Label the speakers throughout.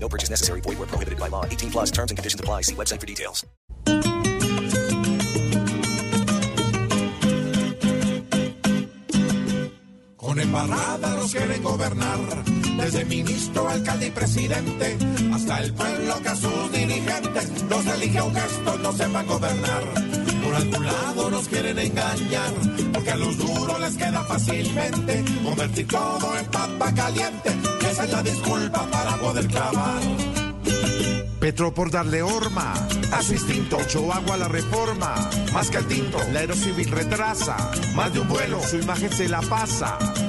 Speaker 1: No purchase necessary. Void where prohibited by law. 18 plus terms and conditions apply. See website for details.
Speaker 2: Con embarrada los quieren gobernar, desde ministro, alcalde y presidente, hasta el pueblo que a sus dirigentes los elige a un gesto, no sepan gobernar. Por algún lado nos quieren engañar, porque a los duros les queda fácilmente convertir todo en papa caliente, que esa es la disculpa para poder clavar. Petro por darle horma a su instinto. Ocho agua la reforma, más que el tinto. La aerocivil retrasa, más de un vuelo. Su imagen se la pasa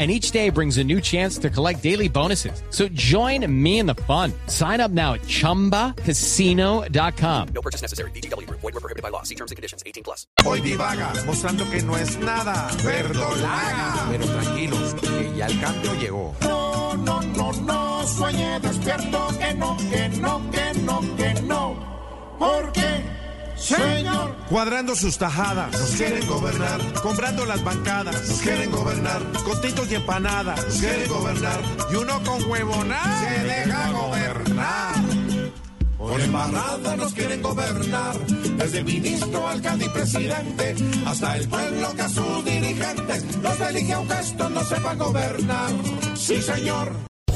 Speaker 3: And each day brings a new chance to collect daily bonuses. So join me in the fun. Sign up now at chumbacasino.com.
Speaker 4: No purchase necessary. BGW. Void were prohibited by law. See terms and conditions. 18 plus.
Speaker 2: Hoy divaga, mostrando que no es nada. Verdolaga. Pero tranquilos, que ya el cambio llegó. No, no, no, no, sueñe despierto, que no, que no, que no, que no. Porque, señor, cuadrando sus tajadas, nos quieren gobernar. Comprando las bancadas, nos quieren gobernar. Cotitos y empanadas, nos quieren gobernar. Y uno con huevonada, se deja gobernar. Por embarrada nos quieren gobernar, desde ministro, alcalde y presidente, hasta el pueblo que a sus dirigentes los elige a un gesto, no sepa gobernar. Sí, señor.